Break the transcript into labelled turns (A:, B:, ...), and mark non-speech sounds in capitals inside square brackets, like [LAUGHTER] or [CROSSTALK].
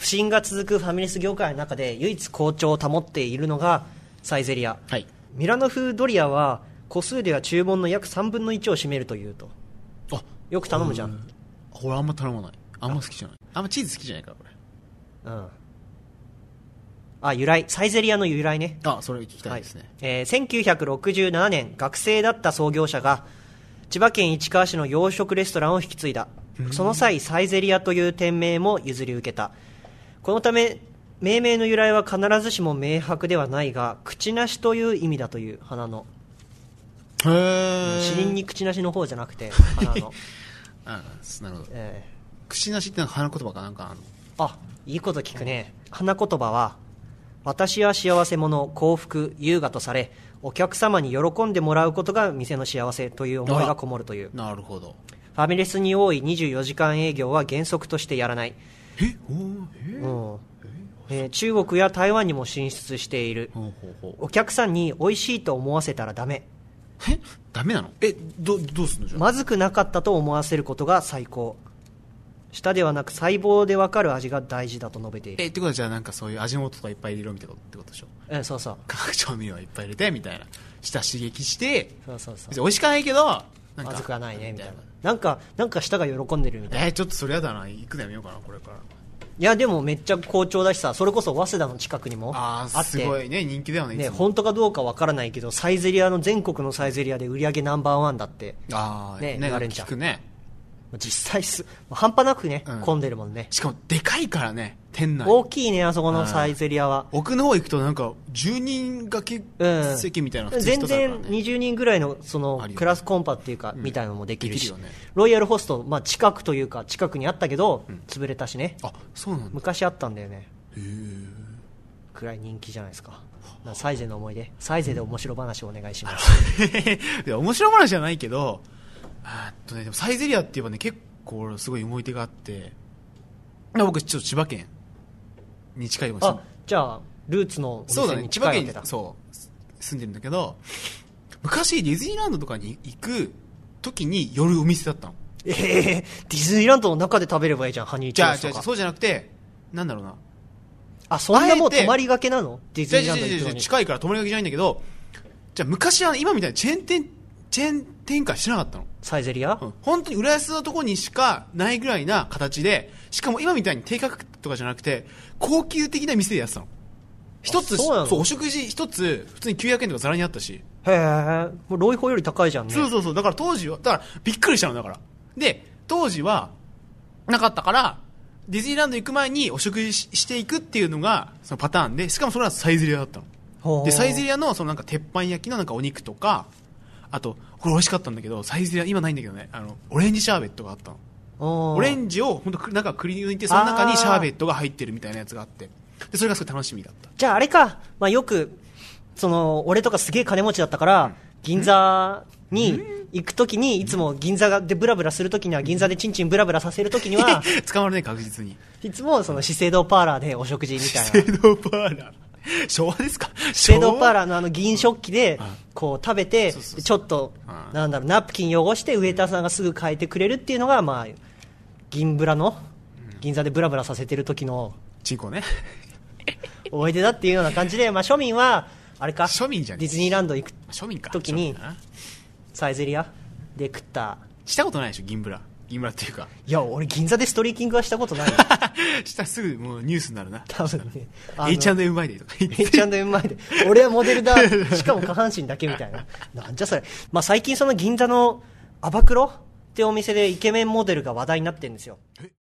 A: 振が続くファミレス業界の中で唯一好調を保っているのがサイゼリア、
B: はい
A: ミラノ風ドリアは個数では注文の約3分の1を占めるというと
B: あ
A: よく頼むじゃん
B: 俺あんま頼まないあんま好きじゃないあんまチーズ好きじゃないからこれ
A: うんあ由来サイゼリアの由来ね
B: あそれ聞きたいですね、
A: えー1967年学生だった創業者が千葉県市川市の洋食レストランを引き継いだその際サイゼリアという店名も譲り受けたこのため命名の由来は必ずしも明白ではないが口なしという意味だという花の
B: へえ
A: 死人に口なしの方じゃなくて花の、
B: あなるほど
A: え
B: 口なしってなんか花言葉かなんかあるの
A: ーあいいこと聞くね花言葉は「私は幸せ者幸福優雅」とされお客様に喜んでもらうことが店の幸せという思いがこもるという
B: なるほど
A: ファミレスに多い24時間営業は原則としてやらない、
B: えおーえ
A: うんえー中国や台湾にも進出している
B: ほうほうほう
A: お客さんに美味しいと思わせたらダメ
B: えダメなのえどどうすんのじゃあ、
A: まずくなかったと思わせることが最高舌ではなく細胞で分かる味が大事だと述べている
B: えってことはじゃあなんかそういう味の素とかいっぱい入れろみたいなことってことでしょ
A: うんそうそう
B: 化学調味料いっぱい入れてみたいな舌刺激して
A: そうそうそう
B: 別に美味しくはないけどなんか
A: まずくはないねみたいななんかなんか舌が喜んでるみたいない
B: えーちょっとそれやだな行くのやめようかなこれから
A: やでもめっちゃ好調だしさそれこそ早稲田の近くにもあ
B: ああ
A: って
B: すごいね人気だよねい
A: ね、
B: つも
A: 本当かどうかわからないけどサイゼリアの全国のサイゼリアで売り上げナンバーワンだって
B: ああ
A: ね
B: ね
A: 言われんじゃん
B: 聞くね
A: 実際す半端なくね、
B: うん
A: 混んでるもんね、
B: しかもでかいからね店内
A: 大きいねあそこのサイゼリアは、
B: 奥の方行くとなんか10人掛け
A: うん、
B: 席みたいな普通
A: 全
B: 人だから
A: 然
B: ね
A: 20人ぐらいのそ
B: あ
A: の
B: るよね
A: クラスコンパっていうか、みたいなのもできる
B: でき
A: し
B: るよね
A: ロイヤルホスト、まあ、近くというか近くにあったけど、潰れたしね
B: あそうなんだ
A: 昔あったんだよね
B: へえ
A: くらい人気じゃないですかなサイゼの思い出サイゼで面白話をお願いします、
B: [LAUGHS] いや面白い話じゃないけどあーっと、ね、でもサイゼリアって言えばね結構俺すごい思い出があって僕ちょっと千葉県に近い場所
A: あじゃあルーツのお
B: そうだ
A: 店
B: ね
A: に
B: 千葉
A: 近いわ
B: 県
A: け
B: に
A: だ
B: そうす住んでるんだけど昔ディズニーランドとかに行く時に夜お店だったの
A: ええディズニーランドの中で食べればいいじゃんハニーチ
B: じゃ
A: ュ
B: あ
A: ース
B: じゃ
A: と
B: あ
A: か
B: そうじゃなくてなんだろうな
A: あそんなもう
B: あえて
A: 泊まりがけなのディズニー
B: じ
A: ラ
B: ゃあ
A: ン
B: じ
A: ド
B: ゃあ
A: に
B: じゃ
A: 行
B: あ
A: くのに
B: じゃあ近いから泊まりがけじゃないんだけどじゃあ昔は今みたいにチェーン店チェーン展開してなかったの
A: サイゼリア、
B: うん本当に浦安のとこにしかないぐらいな形でしかも今みたいに低価格とかじゃなくて高級的な店でやってたの一つ
A: そうなの
B: お食事一つ普通に900円とかざらにあったし、
A: へえもうロイホより高いじゃんね
B: そうそうそうだから当時はだからびっくりしたのだからで当時はなかったからディズニーランド行く前にお食事ししていくっていうのがそのパターンでしかもそれはサイゼリアだったの
A: ほう
B: でサイゼリアのそのなんか鉄板焼きのなんかお肉とかあとこれ美味しかったんだけどサイゼリア今ないんだけどねあのオレンジシャーベットがあったの
A: うん
B: オレンジを本当中くり抜いてその中にシャーベットが入ってるみたいなやつがあってでそれがすごい楽しみだった
A: じゃああれか、まあ、よくその俺とかすげえ金持ちだったから銀座に行くときにいつも銀座がでブラブラするときには銀座でチンチンブラブラさせるときには
B: [LAUGHS] 捕まるね確実に
A: いつもその資生堂パーラーでお食事みたいな
B: 資生堂パーラー昭和ですか
A: 資生堂パー
B: ラ
A: ラーのあの銀食器でこう食べて
B: そうそうそう
A: ちょっと
B: うん
A: なんだろうナプキン汚してウエーターさんがすぐ変えてくれるっていうのがまあ銀ブラの銀座でブラブラさせてる時の
B: チンコね
A: おいでだっていうような感じで、まあ、庶民はあれか
B: 庶民じゃね
A: デ
B: え
A: ィズニーランド行く
B: 庶民か
A: 時に
B: 庶民だな
A: サイゼリアで食った
B: したことないでしょ銀ブラ銀ブラっていうか [LAUGHS]
A: いや俺銀座でストリーキングはしたことないよ
B: したらすぐもうニュースになるな
A: 多分
B: [LAUGHS]
A: ねあの
B: H&M 前でとか言って
A: めちゃんで前で俺はモデルだしかも下半身だけみたいななんじゃそれ、まあ、最近その銀座のアバクロってお店でイケメンモデルが話題になってるんですよ